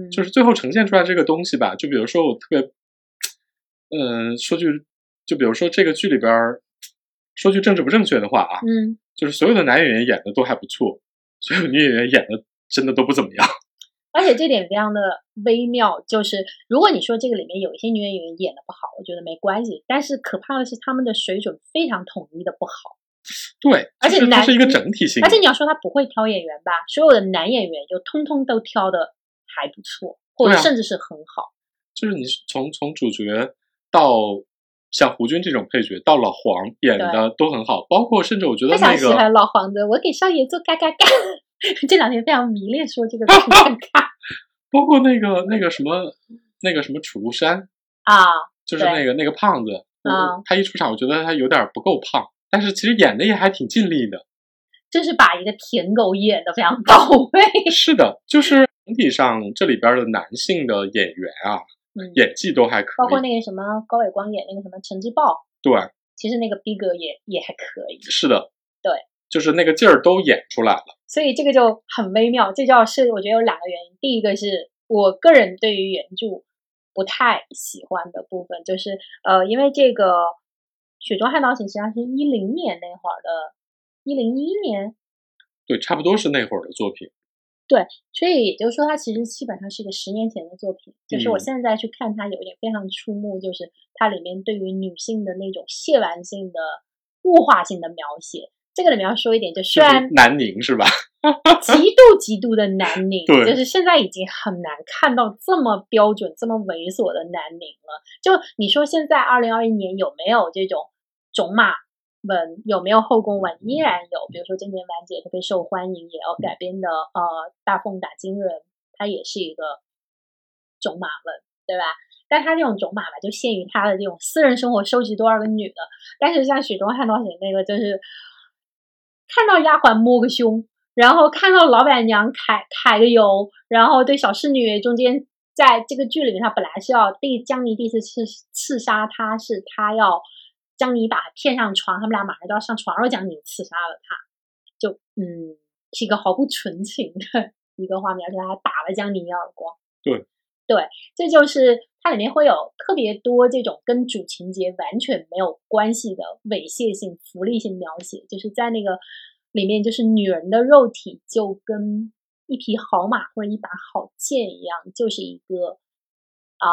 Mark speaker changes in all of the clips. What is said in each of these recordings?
Speaker 1: 嗯
Speaker 2: 就是最后呈现出来这个东西吧，就比如说我特别，嗯、说句，就比如说这个剧里边儿，说句政治不正确的话啊，
Speaker 1: 嗯，
Speaker 2: 就是所有的男演员演的都还不错，所有女演员演的真的都不怎么样。
Speaker 1: 而且这点非常的微妙，就是如果你说这个里面有一些女演员演的不好，我觉得没关系，但是可怕的是他们的水准非常统一的不好，
Speaker 2: 对，
Speaker 1: 而且
Speaker 2: 就是它
Speaker 1: 男
Speaker 2: 是一个整体性的，
Speaker 1: 而且你要说他不会挑演员吧，所有的男演员就通通都挑的还不错，或者
Speaker 2: 对啊
Speaker 1: 甚至是很好，
Speaker 2: 就是你是从从主角到像胡军这种配角，到老黄演的都很好，包括甚至我觉得
Speaker 1: 非常
Speaker 2: 那
Speaker 1: 喜欢
Speaker 2: 个
Speaker 1: 老黄的，我给少爷做嘎嘎 嘎，这两天非常迷恋说 这个嘎嘎嘎
Speaker 2: 包括那个那个什么那个什么楚留山，
Speaker 1: 啊，
Speaker 2: 就是
Speaker 1: 对
Speaker 2: 那个那个胖子，我
Speaker 1: 啊
Speaker 2: 他一出场，我觉得他有点不够胖，但是其实演的也还挺尽力的。
Speaker 1: 真是把一个舔狗演的非常到位，
Speaker 2: 是的，就是整体上这里边的男性的演员啊，
Speaker 1: 嗯，
Speaker 2: 演技都还可以，
Speaker 1: 包括那个什么高伟光演那个什么陈之豹，
Speaker 2: 对，
Speaker 1: 其实那个逼格也也还可以。
Speaker 2: 是的，
Speaker 1: 对，
Speaker 2: 就是那个劲儿都演出来了。
Speaker 1: 所以这个就很微妙。这叫是我觉得有两个原因，第一个是我个人对于原著不太喜欢的部分，就是呃，因为这个《雪中悍刀行》实际上是一零年那会儿的，一零一年，
Speaker 2: 对，差不多是那会儿的作品。
Speaker 1: 所以也就是说它其实基本上是一个十年前的作品。就是我
Speaker 2: 嗯
Speaker 1: 现在去看它，有一点非常触目，就是它里面对于女性的那种亵玩性的、物化性的描写。这个里面要说一点，就虽
Speaker 2: 就是
Speaker 1: 然
Speaker 2: 南宁是吧？
Speaker 1: 极度极度的南宁，
Speaker 2: 对
Speaker 1: 就是现在已经很难看到这么标准、这么猥琐的南宁了。就你说现在二零二一年有没有这种种马文，有没有后宫文？依然有，比如说今年完结特别受欢迎，也要改编的呃《大奉打金人》，它也是一个种马文，对吧？但他这种种马吧，就限于他的这种私人生活，收集多少个女的。但是像许忠汉道写那个，就是看到丫鬟摸个胸，然后看到老板娘揩揩个油，然后对小侍女中间，在这个剧里面，他本来是要第江离第一次刺刺杀他，是他要江离把他骗上床，他们俩马上就要上床，然后江离刺杀了他，就嗯，是一个毫不纯情的一个画面，而且他还打了江离一耳光。
Speaker 2: 对
Speaker 1: 对，这就是它里面会有特别多这种跟主情节完全没有关系的猥亵性、福利性描写，就是在那个里面，就是女人的肉体就跟一匹好马或者一把好剑一样，就是一个啊、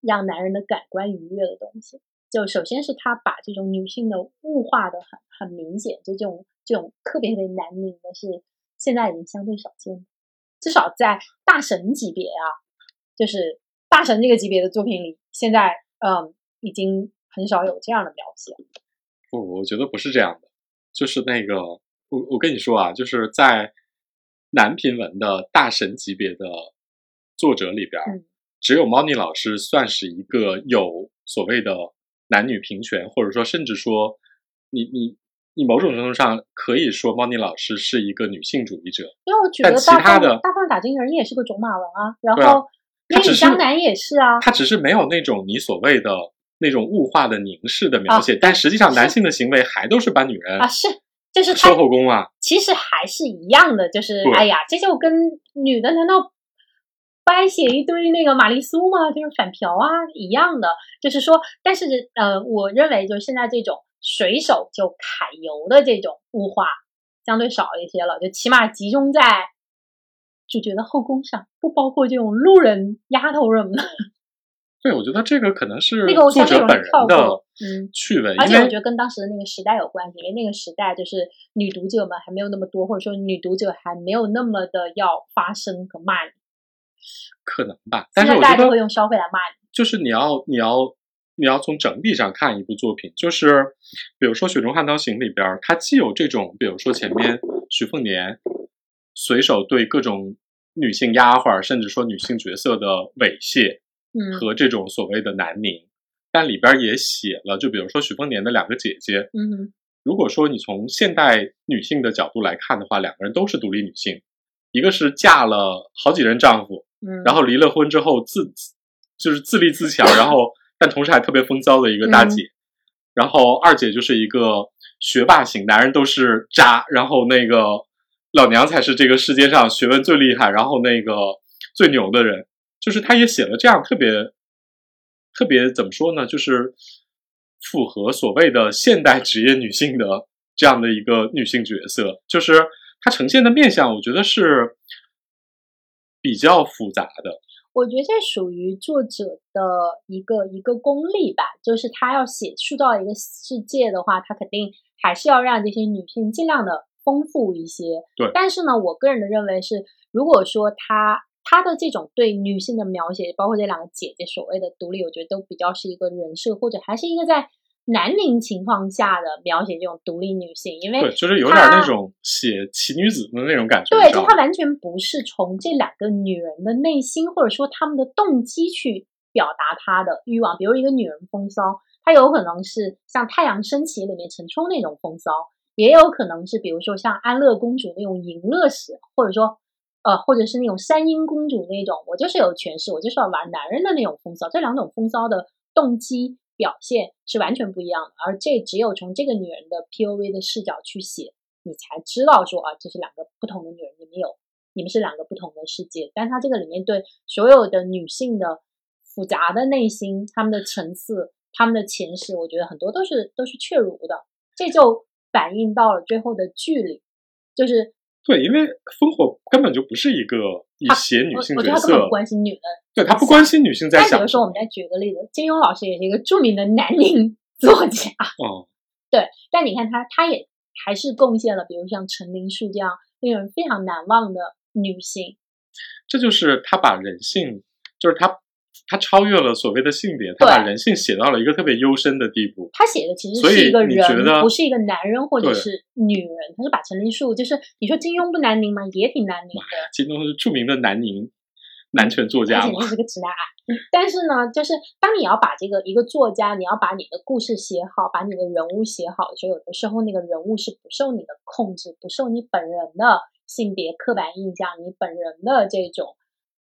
Speaker 1: 让男人的感官愉悦的东西。就首先是他把这种女性的物化的很很明显，就这种这种特别特别难明的是现在已经相对少见的，至少在大神级别啊，就是大神这个级别的作品里，现在嗯已经很少有这样的描写了。
Speaker 2: 不，我觉得不是这样的，就是那个，我我跟你说啊，就是在男频文的大神级别的作者里边儿，
Speaker 1: 嗯
Speaker 2: 只有猫腻老师算是一个有所谓的男女平权，或者说甚至说你你你某种程度上可以说猫腻老师是一个女性主义者，
Speaker 1: 因为我觉
Speaker 2: 但
Speaker 1: 得
Speaker 2: 其
Speaker 1: 大
Speaker 2: 他
Speaker 1: 放
Speaker 2: 的
Speaker 1: 大放打金人也是个种马文啊，然
Speaker 2: 对啊
Speaker 1: 后
Speaker 2: 他
Speaker 1: 烟
Speaker 2: 只
Speaker 1: 雨
Speaker 2: 是
Speaker 1: 江南也是啊，
Speaker 2: 他只是没有那种你所谓的那种物化的凝视的描写，但实际上男性的行为还都是把女人
Speaker 1: 啊是就是他
Speaker 2: 收后宫啊，
Speaker 1: 其实还是一样的，就是
Speaker 2: 对
Speaker 1: 哎呀，这就跟女的难道掰写一堆那个玛丽苏吗？就是反嫖啊一样的，就是说，但是呃，我认为就是现在这种随手就揩油的这种物化相对少一些了，就起码集中在主角的后宫上，不包括这种路人丫头什么的。
Speaker 2: 对，我觉得这个可能是
Speaker 1: 那个我
Speaker 2: 作
Speaker 1: 相对
Speaker 2: 者
Speaker 1: 容
Speaker 2: 本
Speaker 1: 易
Speaker 2: 人
Speaker 1: 跳
Speaker 2: 的
Speaker 1: 过，嗯。
Speaker 2: 趣味，
Speaker 1: 而且
Speaker 2: 因
Speaker 1: 我
Speaker 2: 为
Speaker 1: 觉得跟当时的那个时代有关系，因为那个时代就是女读者们还没有那么多，或者说女读者还没有那么的要发声和骂你。
Speaker 2: 可能吧。但是
Speaker 1: 现
Speaker 2: 我
Speaker 1: 在大
Speaker 2: 觉
Speaker 1: 家都会用
Speaker 2: 得，
Speaker 1: 消费来骂你。
Speaker 2: 就是你要你要你要从整体上看一部作品，就是比如说《雪中悍刀行》里边儿，它既有这种，比如说前面徐凤年随手对各种女性丫鬟，甚至说女性角色的猥亵，
Speaker 1: 嗯
Speaker 2: 和这种所谓的南宁，但里边儿也写了，就比如说徐凤年的两个姐姐，
Speaker 1: 嗯哼，
Speaker 2: 如果说你从现代女性的角度来看的话，两个人都是独立女性，一个是嫁了好几任丈夫，
Speaker 1: 嗯，
Speaker 2: 然后离了婚之后自就是自立自强，然后但同时还特别风骚的一个
Speaker 1: 嗯
Speaker 2: 大姐，然后二姐就是一个学霸型，男人都是渣，然后那个老娘才是这个世界上学问最厉害，然后那个最牛的人，就是他也写了这样特别特别怎么说呢，就是符合所谓的现代职业女性的这样的一个女性角色，就是她呈现的面相，我觉得是比较复杂的。
Speaker 1: 我觉得这属于作者的一个一个功力吧，就是他要写塑造一个世界的话，他肯定还是要让这些女性尽量的丰富一些。
Speaker 2: 对
Speaker 1: 但是呢，我个人的认为是，如果说他他的这种对女性的描写，包括这两个姐姐所谓的独立，我觉得都比较是一个人设，或者还是一个在南宁情况下的描写这种独立女性，因为
Speaker 2: 对，就是有点那种写奇女子的那种感觉。你
Speaker 1: 对，
Speaker 2: 知
Speaker 1: 就
Speaker 2: 道
Speaker 1: 她
Speaker 2: 吗
Speaker 1: 完全不是从这两个女人的内心，或者说她们的动机去表达她的欲望。比如一个女人风骚，她有可能是像《太阳升起》里面陈冲那种风骚，也有可能是比如说像安乐公主那种淫乐史，或者说呃，或者是那种山阴公主那种，我就是有权势，我就是要玩男人的那种风骚。这两种风骚的动机表现是完全不一样的，而这只有从这个女人的 POV 的视角去写，你才知道说啊，这是两个不同的女人，你们有，你们是两个不同的世界。但它这个里面对所有的女性的复杂的内心、她们的层次、她们的前世，我觉得很多都是都是确如的，这就反映到了最后的剧里，就是
Speaker 2: 对，因为烽火根本就不是一个以写女
Speaker 1: 我
Speaker 2: 性
Speaker 1: 我觉
Speaker 2: 角
Speaker 1: 得他根本
Speaker 2: 色
Speaker 1: 不，关心女人。
Speaker 2: 对他不关心女性在
Speaker 1: 再
Speaker 2: 想
Speaker 1: 比如
Speaker 2: 什
Speaker 1: 说，我
Speaker 2: 么
Speaker 1: 们。再举个例子，金庸老师也是一个著名的南宁 作家，
Speaker 2: 哦，
Speaker 1: 对，但你看她，她也还是贡献了，比如像陈灵树这样令人非常难忘的女性。
Speaker 2: 这就是他把人性，就是他他超越了所谓的性别，他
Speaker 1: 对
Speaker 2: 把人性写到了一个特别幽深的地步。
Speaker 1: 她写的其实
Speaker 2: 所以
Speaker 1: 是一个
Speaker 2: 你觉得
Speaker 1: 人，不是一个男人或者
Speaker 2: 对
Speaker 1: 是女人。她是把陈灵树，就是你说金庸不南宁吗？也挺南宁的。
Speaker 2: 金庸是著名的南宁男权作
Speaker 1: 而
Speaker 2: 家
Speaker 1: 且
Speaker 2: 嘛
Speaker 1: 你，是个直男癌。但是呢，就是当你要把这个一个作家，你要把你的故事写好，把你的人物写好的时候，有的时候那个人物是不受你的控制，不受你本人的性别刻板印象、你本人的这种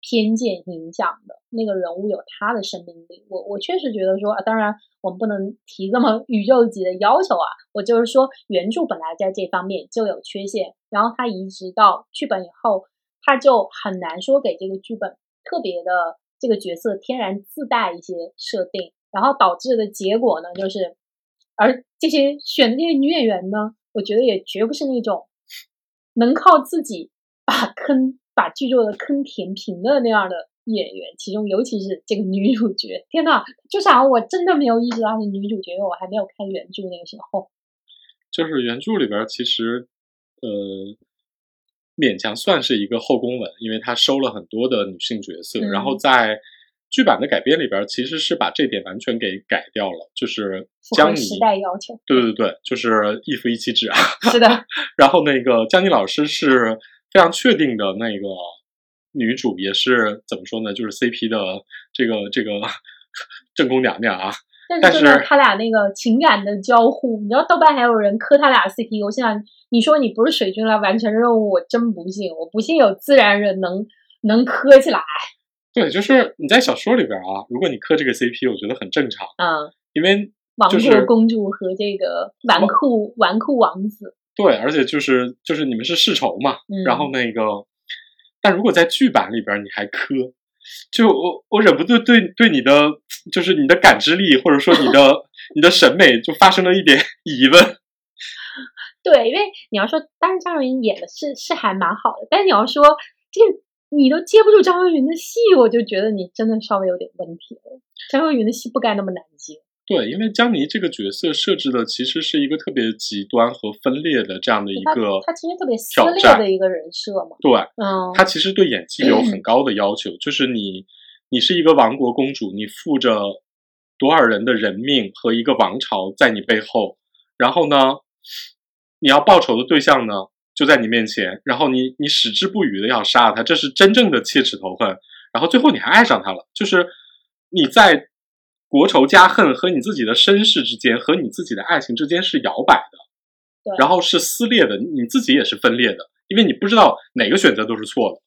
Speaker 1: 偏见影响的。那个人物有他的生命力。我我确实觉得说，啊、当然我们不能提这么宇宙级的要求啊。我就是说，原著本来在这方面就有缺陷，然后它移植到剧本以后，他就很难说给这个剧本特别的这个角色天然自带一些设定，然后导致的结果呢，就是而这些选的这些女演员呢，我觉得也绝不是那种能靠自己把坑把剧作的坑填平的那样的演员，其中尤其是这个女主角，天呐，至少我真的没有意识到她是女主角，因为我还没有看原著那个时候。
Speaker 2: 就是原著里边其实呃勉强算是一个后宫文，因为他收了很多的女性角色，
Speaker 1: 嗯
Speaker 2: 然后在。剧版的改编里边，其实是把这点完全给改掉了，就是
Speaker 1: 符
Speaker 2: 江
Speaker 1: 合
Speaker 2: 妮，
Speaker 1: 时代要求，
Speaker 2: 对对对，就是一夫一妻制啊，
Speaker 1: 是的，
Speaker 2: 然后那个江妮老师是非常确定的那个女主，也是怎么说呢？就是 CP 的这个这个 正宫娘娘啊，但
Speaker 1: 但是就是
Speaker 2: 是
Speaker 1: 他俩那个情感的交互，你知道豆瓣还有人磕他俩 CP，我心想你说你不是水军来完成任务，我真不信，我不信有自然人能能磕起来。
Speaker 2: 对，就是你在小说里边啊，如果你磕这个 CP，我觉得很正常，
Speaker 1: 嗯，
Speaker 2: 因为
Speaker 1: 王
Speaker 2: 就是
Speaker 1: 国公主和这个纨绔纨绔王子，
Speaker 2: 对，而且就是就是你们是世仇嘛，
Speaker 1: 嗯，
Speaker 2: 然后那个，但如果在剧版里边你还磕，就我我忍不住对对你的就是你的感知力或者说你 的你的审美就发生了一点 疑问。
Speaker 1: 对，因为你要说，当然张云演的是是还蛮好的，但是你要说这你都接不住张若昀的戏，我就觉得你真的稍微有点问题了。张若昀的戏不该那么难接。
Speaker 2: 对，因为江妮这个角色设置的其实是一个特别极端和分裂的这样的一
Speaker 1: 他
Speaker 2: 个，
Speaker 1: 他其实特别撕
Speaker 2: 挑
Speaker 1: 裂
Speaker 2: 战
Speaker 1: 的一个人设嘛，
Speaker 2: 对，
Speaker 1: 嗯，
Speaker 2: 他其实对演技有很高的要求，就是你你是一个亡国公主，你负着多少人的人命和一个王朝在你背后，然后呢，你要报仇的对象呢就在你面前，然后你你矢志不渝的要杀了他，这是真正的切齿仇恨，然后最后你还爱上他了，就是你在。国仇家恨和你自己的身世之间，和你自己的爱情之间是摇摆的，
Speaker 1: 对
Speaker 2: 然后是撕裂的，你自己也是分裂的，因为你不知道哪个选择都是错的。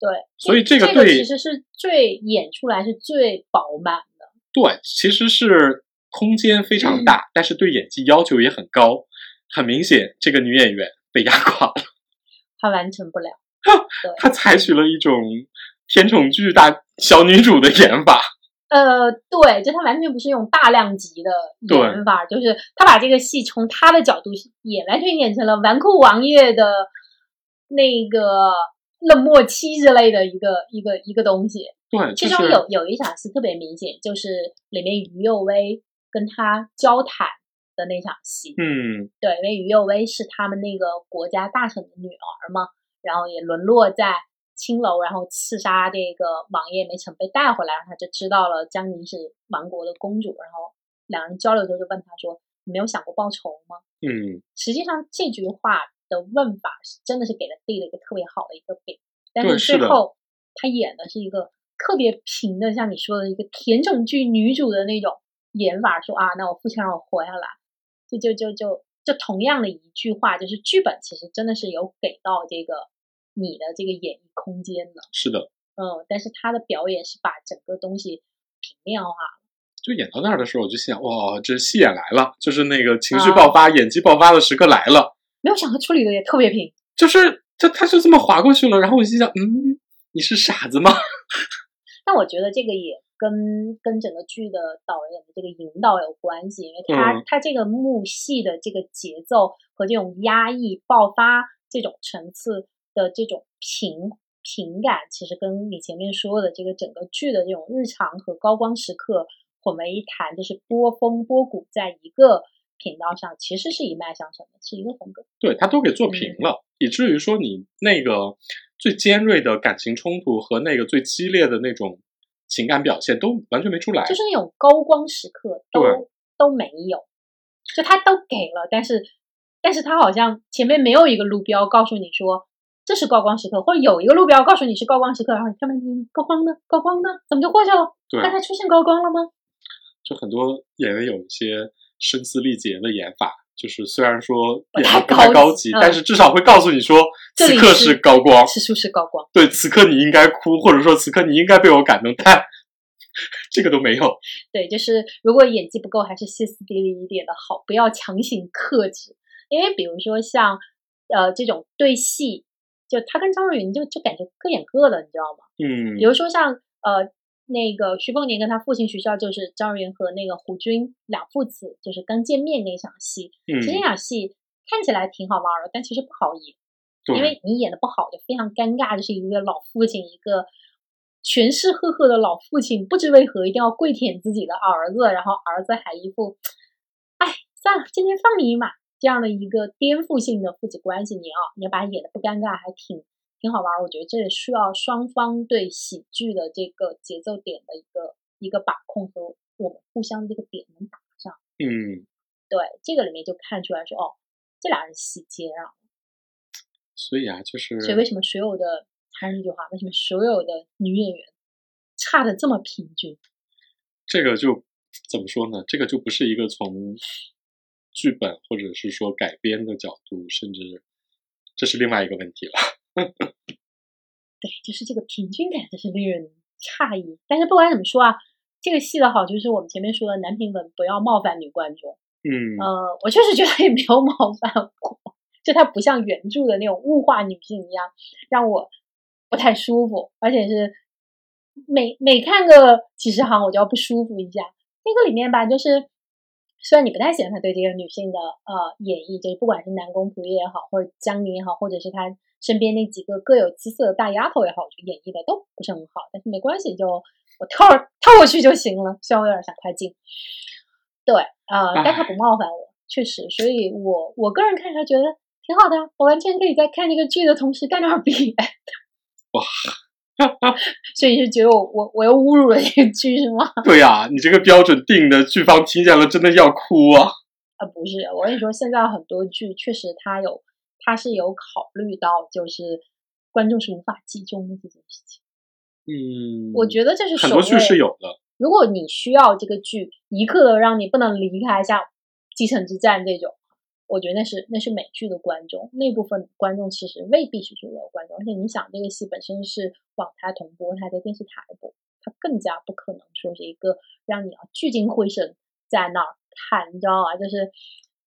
Speaker 1: 对，
Speaker 2: 所以这个
Speaker 1: 这
Speaker 2: 对
Speaker 1: 其实是最演出来是最饱满的，
Speaker 2: 对，其实是空间非常大，
Speaker 1: 嗯
Speaker 2: 但是对演技要求也很高。很明显，这个女演员被压垮了。
Speaker 1: 他完成不了。
Speaker 2: 她采取了一种甜宠剧大小女主的演法。
Speaker 1: 呃，对，就他完全不是用大量级的演法，就是他把这个戏从他的角度演，完全演成了纨绔王爷的那个冷漠期之类的一个一个一个东西。
Speaker 2: 对，
Speaker 1: 其
Speaker 2: 就
Speaker 1: 中
Speaker 2: 是
Speaker 1: 有有一场戏特别明显，就是里面于幼威跟他交谈的那场戏。
Speaker 2: 嗯，
Speaker 1: 对，因为于幼威是他们那个国家大臣的女儿嘛，然后也沦落在青楼，然后刺杀这个王爷没成被带回来，然后他就知道了江宁是亡国的公主，然后两人交流之后就问他说：“你没有想过报仇吗
Speaker 2: 嗯，？”
Speaker 1: 实际上这句话的问法是真的是给了立了一个特别好的一个饼，但
Speaker 2: 对是
Speaker 1: 最
Speaker 2: 的
Speaker 1: 后他演的是一个特别平的，像你说的一个甜宠剧女主的那种演法，说啊，那我父亲让我活下来，就就就就就同样的一句话，就是剧本其实真的是有给到这个你的这个演绎空间的，
Speaker 2: 是的，
Speaker 1: 嗯，但是他的表演是把整个东西平面化，
Speaker 2: 就演到那儿的时候，我就心想，哇，这戏演来了，就是那个情
Speaker 1: 啊
Speaker 2: 绪爆发、演技爆发的时刻来了，
Speaker 1: 没有想到处理的也特别平，
Speaker 2: 就是他他就这么划过去了，然后我心想，嗯，你是傻子吗？
Speaker 1: 但我觉得这个也跟跟整个剧的导演的这个引导有关系，因为他、
Speaker 2: 嗯
Speaker 1: 他这个幕戏的这个节奏和这种压抑爆发这种层次的这种平平感，其实跟你前面说的这个整个剧的这种日常和高光时刻混为一谈，就是波峰波谷在一个频道上，其实是一脉相承的，是一个风格。
Speaker 2: 对他都给做
Speaker 1: 嗯
Speaker 2: 平了，以至于说你那个最尖锐的感情冲突和那个最激烈的那种情感表现都完全没出来，
Speaker 1: 就是那种高光时刻
Speaker 2: 对
Speaker 1: 都都没有，就他都给了，但是但是他好像前面没有一个路标告诉你说这是高光时刻，或者有一个路标告诉你是高光时刻，然后你看半天高光呢，高光呢，怎么就过去了？
Speaker 2: 对，
Speaker 1: 刚才出现高光了吗？
Speaker 2: 就很多演员有一些声嘶力竭的演法，就是虽然说
Speaker 1: 不
Speaker 2: 演
Speaker 1: 太
Speaker 2: 的不太
Speaker 1: 高
Speaker 2: 高
Speaker 1: 级
Speaker 2: 级，
Speaker 1: 嗯
Speaker 2: 但是至少会告诉你说，
Speaker 1: 这
Speaker 2: 此
Speaker 1: 里
Speaker 2: 刻
Speaker 1: 是
Speaker 2: 是高光，
Speaker 1: 是不是高光？
Speaker 2: 对，此刻你应该哭，或者说此刻你应该被我感动，但 这个都没有。
Speaker 1: 对，就是如果演技不够，还是歇斯底里一点的好，不要强行克制。因为比如说像呃这种对戏，就他跟张若昀就就感觉各演各的，你知道吗？
Speaker 2: 嗯
Speaker 1: 比，如说像呃那个徐凤年跟他父亲徐少，就是张若昀和那个胡军两父子，就是刚见面那场戏。
Speaker 2: 嗯
Speaker 1: 其实那场戏看起来挺好玩的，但其实不好演，因
Speaker 2: 对
Speaker 1: 为你演的不好就非常尴尬，就是一个老父亲，一个权势赫赫的老父亲，不知为何一定要跪舔自己的儿子，然后儿子还一副，哎，算了，今天放你一马。这样的一个颠覆性的父子关系，你要你要把它演的不尴尬，还挺挺好玩儿。我觉得这也需要双方对喜剧的这个节奏点的一个一个把控和我们互相这个点能把上。
Speaker 2: 嗯，
Speaker 1: 对，这个里面就看出来说，哦，这俩人喜接啊。
Speaker 2: 所以啊，就是
Speaker 1: 所以为什么所有的还是那句话，为什么所有的女演员差的这么平均？
Speaker 2: 这个就怎么说呢？这个就不是一个从剧本或者是说改编的角度，甚至这是另外一个问题了。
Speaker 1: 对，就是这个平均感，就是令人诧异。但是不管怎么说啊，这个戏的好就是我们前面说的男评委不要冒犯女观众。
Speaker 2: 嗯，
Speaker 1: 呃，我确实觉得也没有冒犯过，就它不像原著的那种物化女性一样，让我不太舒服，而且是每每看个几十行我就要不舒服一下。那个里面吧，就是虽然你不太喜欢他对这个女性的呃演绎，就是不管是南宫仆夜也好，或者江宁也好，或者是他身边那几个各有姿色的大丫头也好，我觉得演绎的都不是很好，但是没关系，就我跳跳过去就行了。虽然我有点想快进，对，呃，但他不冒犯我，确实，所以我我个人看起来觉得挺好的啊，我完全可以在看这个剧的同时干点儿别的。
Speaker 2: 哇！
Speaker 1: 所以是觉得我我我又侮辱了这个剧是吗？
Speaker 2: 嗯对呀、你这个标准定的，剧方听见了真的要哭啊！
Speaker 1: 啊，不是，我跟你说，现在很多剧确实它有，它是有考虑到，就是观众是无法集中的这件事情。
Speaker 2: 嗯，
Speaker 1: 我觉得这是
Speaker 2: 很
Speaker 1: 所
Speaker 2: 多剧
Speaker 1: 谓
Speaker 2: 是有的，
Speaker 1: 如果你需要这个剧一刻都让你不能离开，像《继承之战》这种，我觉得那是那是美剧的观众，那部分观众其实未必是主流观众。而且你想，这个戏本身是网台同播，它在电视台播，它更加不可能说是一个让你要聚精会神在那儿看，你知道吗？就是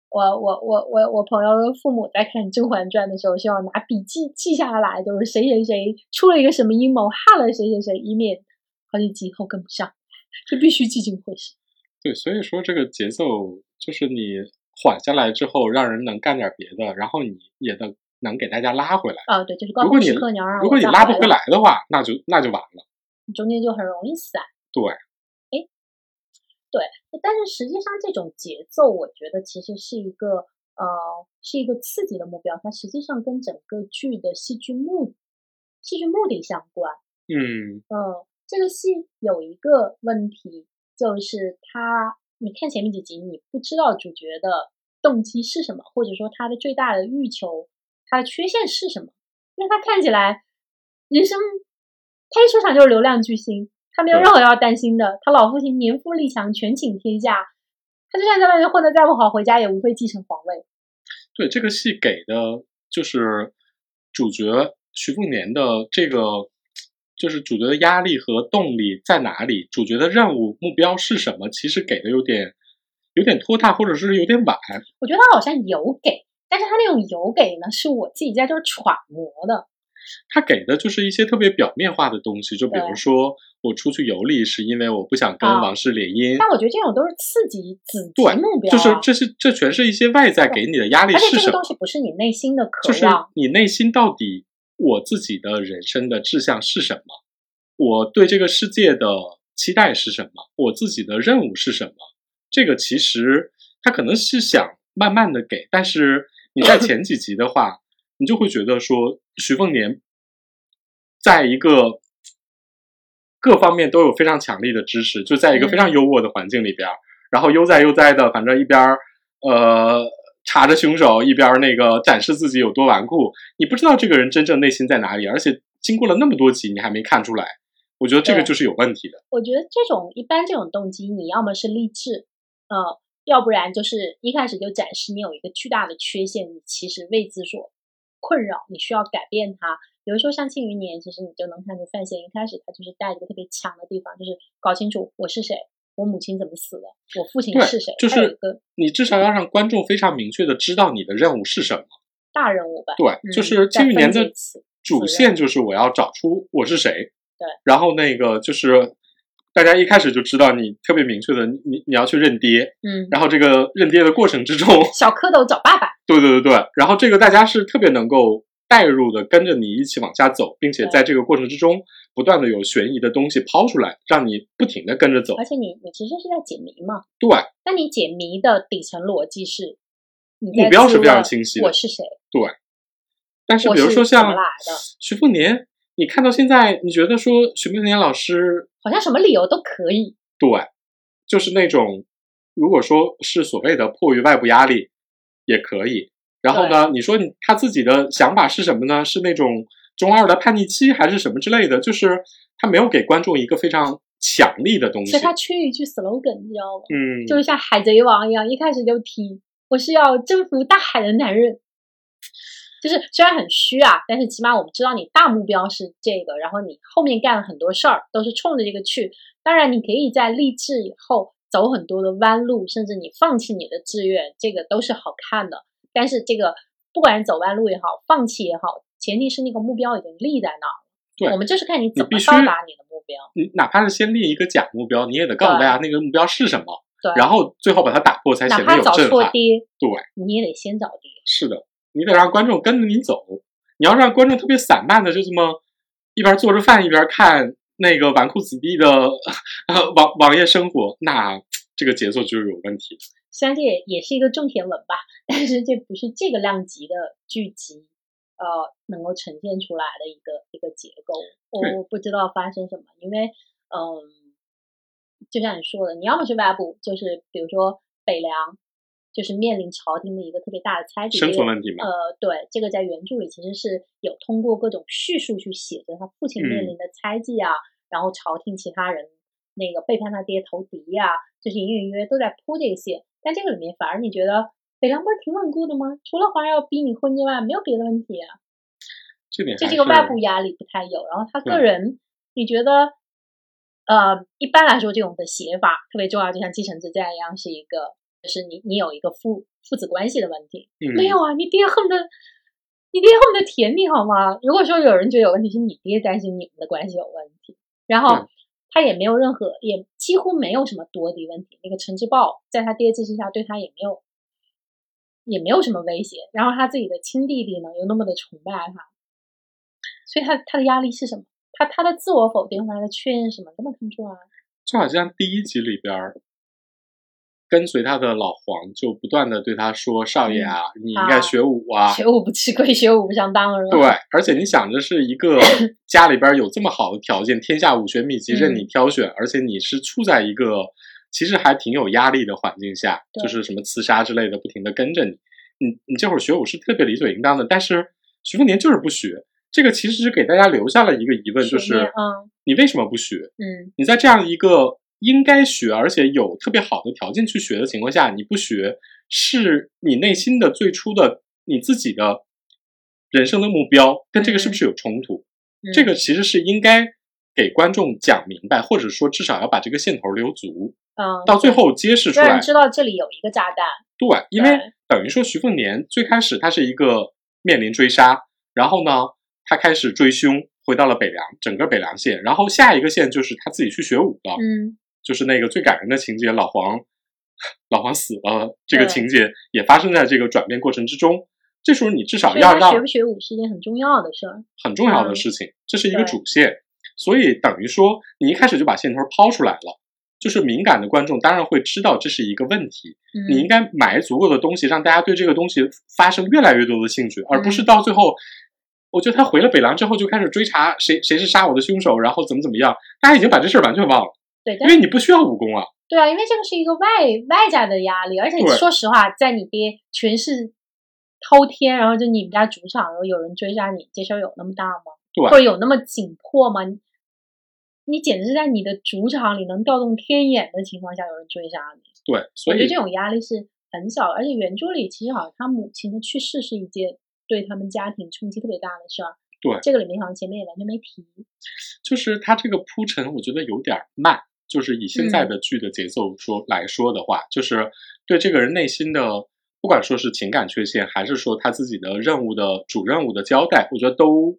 Speaker 1: 我我我我我朋友的父母在看《甄嬛传》的时候，希望拿笔记记下来，就是谁谁谁出了一个什么阴谋，害了谁谁谁，以免好几集以后跟不上，就必须记进会心。
Speaker 2: 对，所以说这个节奏就是你缓下来之后，让人能干点别的，然后你也能能给大家拉回来。
Speaker 1: 啊，对，就是关
Speaker 2: 如果
Speaker 1: 键
Speaker 2: 你
Speaker 1: 时刻你要让我
Speaker 2: 如果你
Speaker 1: 再
Speaker 2: 拉不回
Speaker 1: 来，
Speaker 2: 来的话，那就那就完了。
Speaker 1: 中间就很容易散。
Speaker 2: 对，
Speaker 1: 但是实际上，这种节奏我觉得其实是一个呃，是一个刺激的目标，它实际上跟整个剧的戏剧目戏剧目的相关。
Speaker 2: 嗯，
Speaker 1: 嗯，这个戏有一个问题，就是它，你看前面几集，你不知道主角的动机是什么，或者说他的最大的欲求，他的缺陷是什么，因为他看起来人生，他一出场就是流量巨星，他没有
Speaker 2: 对
Speaker 1: 任何要担心的，他老父亲年富力强，权倾天下，他就算在外面混得再不好，回家也无非继承皇位。
Speaker 2: 对，这个戏给的就是主角徐凤年的这个，就是主角的压力和动力在哪里，主角的任务目标是什么，其实给的有点有点拖沓，或者是有点晚。
Speaker 1: 我觉得他好像有给，但是他那种有给呢，是我自己在这儿揣摩的。
Speaker 2: 他给的就是一些特别表面化的东西，就比如
Speaker 1: 对
Speaker 2: 说我出去游历是因为我不想跟
Speaker 1: 啊
Speaker 2: 王室联姻，
Speaker 1: 但我觉得这种都是刺激子级
Speaker 2: 对
Speaker 1: 目标、啊，
Speaker 2: 就是这是这全是一些外在给你的压力
Speaker 1: 而且
Speaker 2: 是
Speaker 1: 这
Speaker 2: 什
Speaker 1: 个
Speaker 2: 么
Speaker 1: 东？西不是你内心的渴
Speaker 2: 就是
Speaker 1: 望，
Speaker 2: 你内心到底我自己的人生的志向是什么？我对这个世界的期待是什么？我自己的任务是什么？这个其实他可能是想慢慢的给，但是你在前几集的话，你就会觉得说徐凤年在一个各方面都有非常强力的支持，就在一个非常优渥的环境里边儿，然后悠哉悠哉的，反正一边儿呃查着凶手，一边儿那个展示自己有多纨绔，你不知道这个人真正内心在哪里，而且经过了那么多集，你还没看出来，我觉得这个
Speaker 1: 对
Speaker 2: 就是有问题的。
Speaker 1: 我觉得这种一般这种动机，你要么是励志，呃，要不然就是一开始就展示你有一个巨大的缺陷，你其实为之所困扰，你需要改变它。比如说像《庆余年》，其实你就能看出范闲一开始他就是带着一个特别强的地方，就是搞清楚我是谁，我母亲怎么死的，我父亲
Speaker 2: 对
Speaker 1: 是谁，
Speaker 2: 就
Speaker 1: 他有一
Speaker 2: 是
Speaker 1: 个
Speaker 2: 你至少要让观众非常明确的知道你的任务是什么。
Speaker 1: 大人物吧。
Speaker 2: 对，就
Speaker 1: 嗯
Speaker 2: 是《
Speaker 1: 再
Speaker 2: 庆余年》
Speaker 1: 分解
Speaker 2: 的
Speaker 1: 此
Speaker 2: 主
Speaker 1: 此
Speaker 2: 线就是我要找出我是谁。
Speaker 1: 对，
Speaker 2: 然后那个就是大家一开始就知道你特别明确的，你你你要去认爹，
Speaker 1: 嗯，
Speaker 2: 然后这个认爹的过程之中，
Speaker 1: 小蝌蚪找爸爸。
Speaker 2: 对对对对，然后这个大家是特别能够带入的，跟着你一起往下走，并且
Speaker 1: 对
Speaker 2: 在这个过程之中不断的有悬疑的东西抛出来，让你不停的跟着走
Speaker 1: 而。且你你其实是在解谜嘛。
Speaker 2: 对，
Speaker 1: 那你解谜的底层逻辑是，你
Speaker 2: 目
Speaker 1: 在
Speaker 2: 标
Speaker 1: 自
Speaker 2: 是非常
Speaker 1: 问
Speaker 2: 清晰的
Speaker 1: 我是谁？
Speaker 2: 但是
Speaker 1: 我
Speaker 2: 比如
Speaker 1: 是
Speaker 2: 说
Speaker 1: 怎么
Speaker 2: 像
Speaker 1: 来的
Speaker 2: 徐凤年，你看到现在，你觉得说徐凤年老师
Speaker 1: 好像什么理由都可以。
Speaker 2: 对，就是那种如果说是所谓的迫于外部压力也可以。然后呢，你说你他自己的想法是什么呢？是那种中二的叛逆期还是什么之类的？就是他没有给观众一个非常强力的东西
Speaker 1: 所以。他缺一句 slogan，你知道吗？
Speaker 2: 嗯，
Speaker 1: 就是像海贼王一样，一开始就提我是要征服大海的男人。就是虽然很虚啊，但是起码我们知道你大目标是这个，然后你后面干了很多事儿都是冲着这个去。当然，你可以在励志以后走很多的弯路，甚至你放弃你的志愿，这个都是好看的。但是这个不管是走弯路也好，放弃也好，前提是那个目标已经立在那儿了。
Speaker 2: 对
Speaker 1: 我们就是看你怎么
Speaker 2: 必须
Speaker 1: 到达你的目标。
Speaker 2: 你哪怕是先立一个假目标，你也得告诉大
Speaker 1: 对
Speaker 2: 家那个目标是什么，
Speaker 1: 对，
Speaker 2: 然后最后把它打破，才
Speaker 1: 哪
Speaker 2: 显得
Speaker 1: 怕
Speaker 2: 有
Speaker 1: 找
Speaker 2: 震
Speaker 1: 错
Speaker 2: 撼。
Speaker 1: 爹，
Speaker 2: 对，
Speaker 1: 你也得先找爹。
Speaker 2: 是的，你得让观众跟着你走，你要让观众特别散漫的就这么一边做着饭一边看那个纨绔子弟的呃网网页生活，那这个节奏就有问题。
Speaker 1: 虽然这也也是一个种田文吧，但是这不是这个量级的剧集，呃，能够呈现出来的一个一个结构。
Speaker 2: 对
Speaker 1: 我我不知道发生什么，因为嗯，就像你说的，你要么是外部，就是比如说北凉，就是面临朝廷的一个特别大的猜忌，
Speaker 2: 生
Speaker 1: 这
Speaker 2: 存
Speaker 1: 个
Speaker 2: 问题嘛，
Speaker 1: 呃，对，这个在原著里其实是有通过各种叙述去写着他父亲面
Speaker 2: 嗯
Speaker 1: 临的猜忌啊，然后朝廷其他人那个背叛他爹投敌啊，就是隐隐约约都在铺这个线。但这个里面反而你觉得北凉不是挺稳固的吗？除了皇上要逼你婚之外，没有别的问题啊。
Speaker 2: 这点
Speaker 1: 就
Speaker 2: 还
Speaker 1: 这
Speaker 2: 是嗯
Speaker 1: 个外部压力不太有，然后他个
Speaker 2: 对
Speaker 1: 人，你觉得？呃，一般来说，这种的写法特别重要，就像《继承之战》一样，是一个，就是你你有一个父父子关系的问题。
Speaker 2: 嗯，
Speaker 1: 没有啊，你爹恨不得你爹恨不得甜蜜好吗？如果说有人觉得有问题，是你爹担心你们的关系有问题，然后
Speaker 2: 嗯
Speaker 1: 他也没有任何，也几乎没有什么多敌问题。那个陈之豹在他爹支持下，对他也没有也没有什么威胁。然后他自己的亲弟弟呢，又那么的崇拜他，所以他他的压力是什么？他他的自我否定和他的确认是什么根本看不出来。
Speaker 2: 就好像第一集里边儿，跟随他的老黄就不断的对他说：“少爷啊，
Speaker 1: 嗯
Speaker 2: 你应该学武啊。
Speaker 1: 学武不吃亏，学武不上当，是吧？
Speaker 2: 对，而且你想着是一 个家里边有这么好的条件，天下武学秘籍
Speaker 1: 嗯
Speaker 2: 任你挑选，而且你是处在一个其实还挺有压力的环境下，
Speaker 1: 对
Speaker 2: 就是什么刺杀之类的不停的跟着你，你你这会儿学武是特别理所应当的，但是徐凤年就是不学，这个其实是给大家留下了一个疑问，就
Speaker 1: 学面
Speaker 2: 是
Speaker 1: 嗯
Speaker 2: 你为什么不学？
Speaker 1: 嗯
Speaker 2: 你在这样一个应该学而且有特别好的条件去学的情况下，你不学，是你内心的最初的你自己的人生的目标跟这个是不是有冲突？
Speaker 1: 嗯，
Speaker 2: 这个其实是应该给观众讲明白，或者说至少要把这个线头留足，
Speaker 1: 嗯，
Speaker 2: 到最后揭示出
Speaker 1: 让
Speaker 2: 来
Speaker 1: 人。知道这里有一个炸弹。
Speaker 2: 对，因为等于说徐凤年最开始他是一个面临追杀，然后呢，他开始追凶，回到了北凉，整个北凉县，然后下一个县就是他自己去学武了。
Speaker 1: 嗯
Speaker 2: 就是那个最感人的情节，老黄老黄死了这个
Speaker 1: 对
Speaker 2: 情节也发生在这个转变过程之中。这时候你至，少
Speaker 1: 所以
Speaker 2: 哦要
Speaker 1: 他学不
Speaker 2: 让
Speaker 1: 学武是一件很重要的事儿。
Speaker 2: 很重要的
Speaker 1: 嗯
Speaker 2: 事情，这是一个
Speaker 1: 对
Speaker 2: 主线，所以等于说你一开始就把线头抛出来了。就是敏感的观众当然会知道这是一个问题，
Speaker 1: 嗯，
Speaker 2: 你应该埋足够的东西，让大家对这个东西发生越来越多的兴趣，而
Speaker 1: 嗯
Speaker 2: 不是到最后，我觉得他回了北狼之后就开始追查谁谁是杀我的凶手，然后怎么怎么样，大家已经把这事儿完全忘了，
Speaker 1: 对，但
Speaker 2: 因为你不需要武功啊，
Speaker 1: 对啊，因为这个是一个外外在的压力，而且
Speaker 2: 对
Speaker 1: 说实话，在你爹全是滔天，然后就你们家主场，然后有人追杀你，这事儿有那么大吗？
Speaker 2: 对
Speaker 1: 或者有那么紧迫吗？你你简直是在你的主场里能调动天眼的情况下，有人追杀你。
Speaker 2: 对，
Speaker 1: 我
Speaker 2: 所
Speaker 1: 觉得
Speaker 2: 以
Speaker 1: 这种压力是很小，而且原著里其实好像他母亲的去世是一件对他们家庭冲击特别大的事儿。
Speaker 2: 对
Speaker 1: 这个里面好像前面也完全没提。
Speaker 2: 就是它这个铺陈，我觉得有点儿慢。就是以现
Speaker 1: 嗯
Speaker 2: 在的剧的节奏说来说的话，就是对这个人内心的，不管说是情感缺陷，还是说他自己的任务的主任务的交代，我觉得都，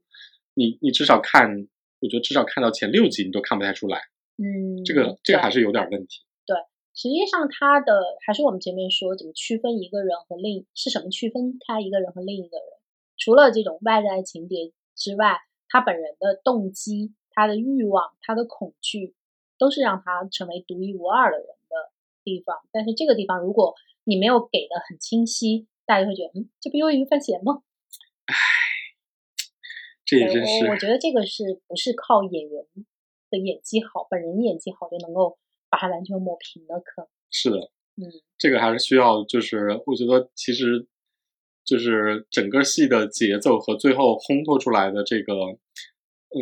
Speaker 2: 你你至少看，我觉得至少看到前六集你都看不太出来，
Speaker 1: 嗯，
Speaker 2: 这个这个
Speaker 1: 对
Speaker 2: 还是有点儿问题。
Speaker 1: 实际上，它的还是我们前面说怎么区分一个人和另是什么区分开一个人和另一个人。除了这种外在情节之外，他本人的动机、他的欲望、他的恐惧，都是让他成为独一无二的人的地方。但是这个地方，如果你没有给的很清晰，大家就会觉得，嗯，这不又一个范闲吗？
Speaker 2: 这也
Speaker 1: 对
Speaker 2: 真
Speaker 1: 我我
Speaker 2: 是，
Speaker 1: 觉得这个是不是靠演员的演技好，本人演技好就能够把它完全抹平的？可能
Speaker 2: 是的，
Speaker 1: 嗯，
Speaker 2: 这个还是需要，就是我觉得其实就是整个戏的节奏和最后烘托出来的这个，嗯，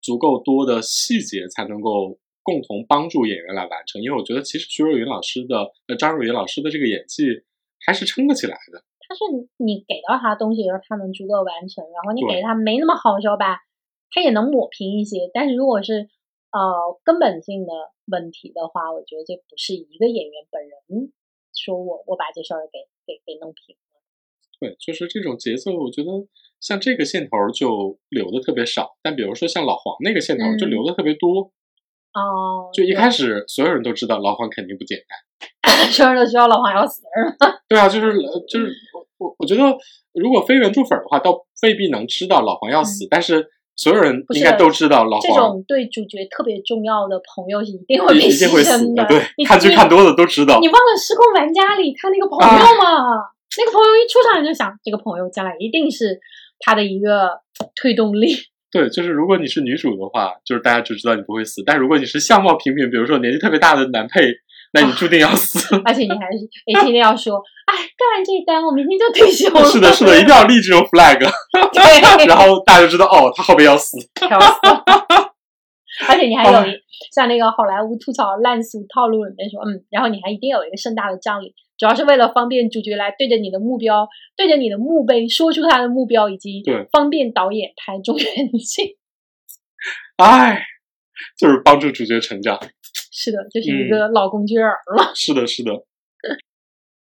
Speaker 2: 足够多的细节才能够共同帮助演员来完成。因为我觉得其实徐若云老师的呃张若昀老师的这个演技还是撑得起来的，
Speaker 1: 但是你你给到他东西，就是他能足够完成，然后你
Speaker 2: 对
Speaker 1: 给他没那么好的时候吧，他也能抹平一些。但是如果是呃根本性的问题的话，我觉得这不是一个演员本人说我我把这事儿给给给弄平了。
Speaker 2: 对，就是这种节奏，我觉得像这个线头就留的特别少，但比如说像老黄那个线头就
Speaker 1: 嗯
Speaker 2: 留的特别多，
Speaker 1: 哦、
Speaker 2: 就一开
Speaker 1: 始
Speaker 2: 始所有人都知道老黄肯定不简单。
Speaker 1: 说着说老黄要死人了，
Speaker 2: 对啊，就是呃就是
Speaker 1: 嗯
Speaker 2: 我我我觉得，如果非原著粉儿的话，倒未必能知道老黄要死，但是所有人
Speaker 1: 嗯不
Speaker 2: 应
Speaker 1: 是
Speaker 2: 该都知道 老
Speaker 1: 这
Speaker 2: 黄
Speaker 1: 种对主角特别重要的朋友是一定会被
Speaker 2: 一一定
Speaker 1: 牺
Speaker 2: 会死
Speaker 1: 牲的。
Speaker 2: 对，
Speaker 1: 你
Speaker 2: 看剧
Speaker 1: 你
Speaker 2: 看多了都知道
Speaker 1: 你。忘了《失控玩家》里他那个朋友吗？
Speaker 2: 啊
Speaker 1: 那个朋友一出场，你就想这个朋友将来一定是他的一个推动 力。
Speaker 2: 对，就是如果你是女主的话，就是大家只知道你不会死，但如果你是相貌平平，比如说年纪特别大的男配，那你注定要死。
Speaker 1: 而且你还是也天天要说，哎，干完这一单，我明天就退休了。
Speaker 2: 是的，是的，一定要立这种 flag，
Speaker 1: 对，
Speaker 2: 然后大家就知道哦，他后面要哦死。
Speaker 1: 笑死 了。而且你还有一像那个好莱坞吐槽烂俗套路里面说，嗯，然后你还一定有一个盛大的葬礼，主要是为了方便主角来对着你的目标，对着你的墓碑说出他的目标，以及
Speaker 2: 对
Speaker 1: 方便导演拍中远 镜。
Speaker 2: 唉，就是帮助主角成长。嗯
Speaker 1: 是的，就是一个老工具人儿了。
Speaker 2: 是的，是的。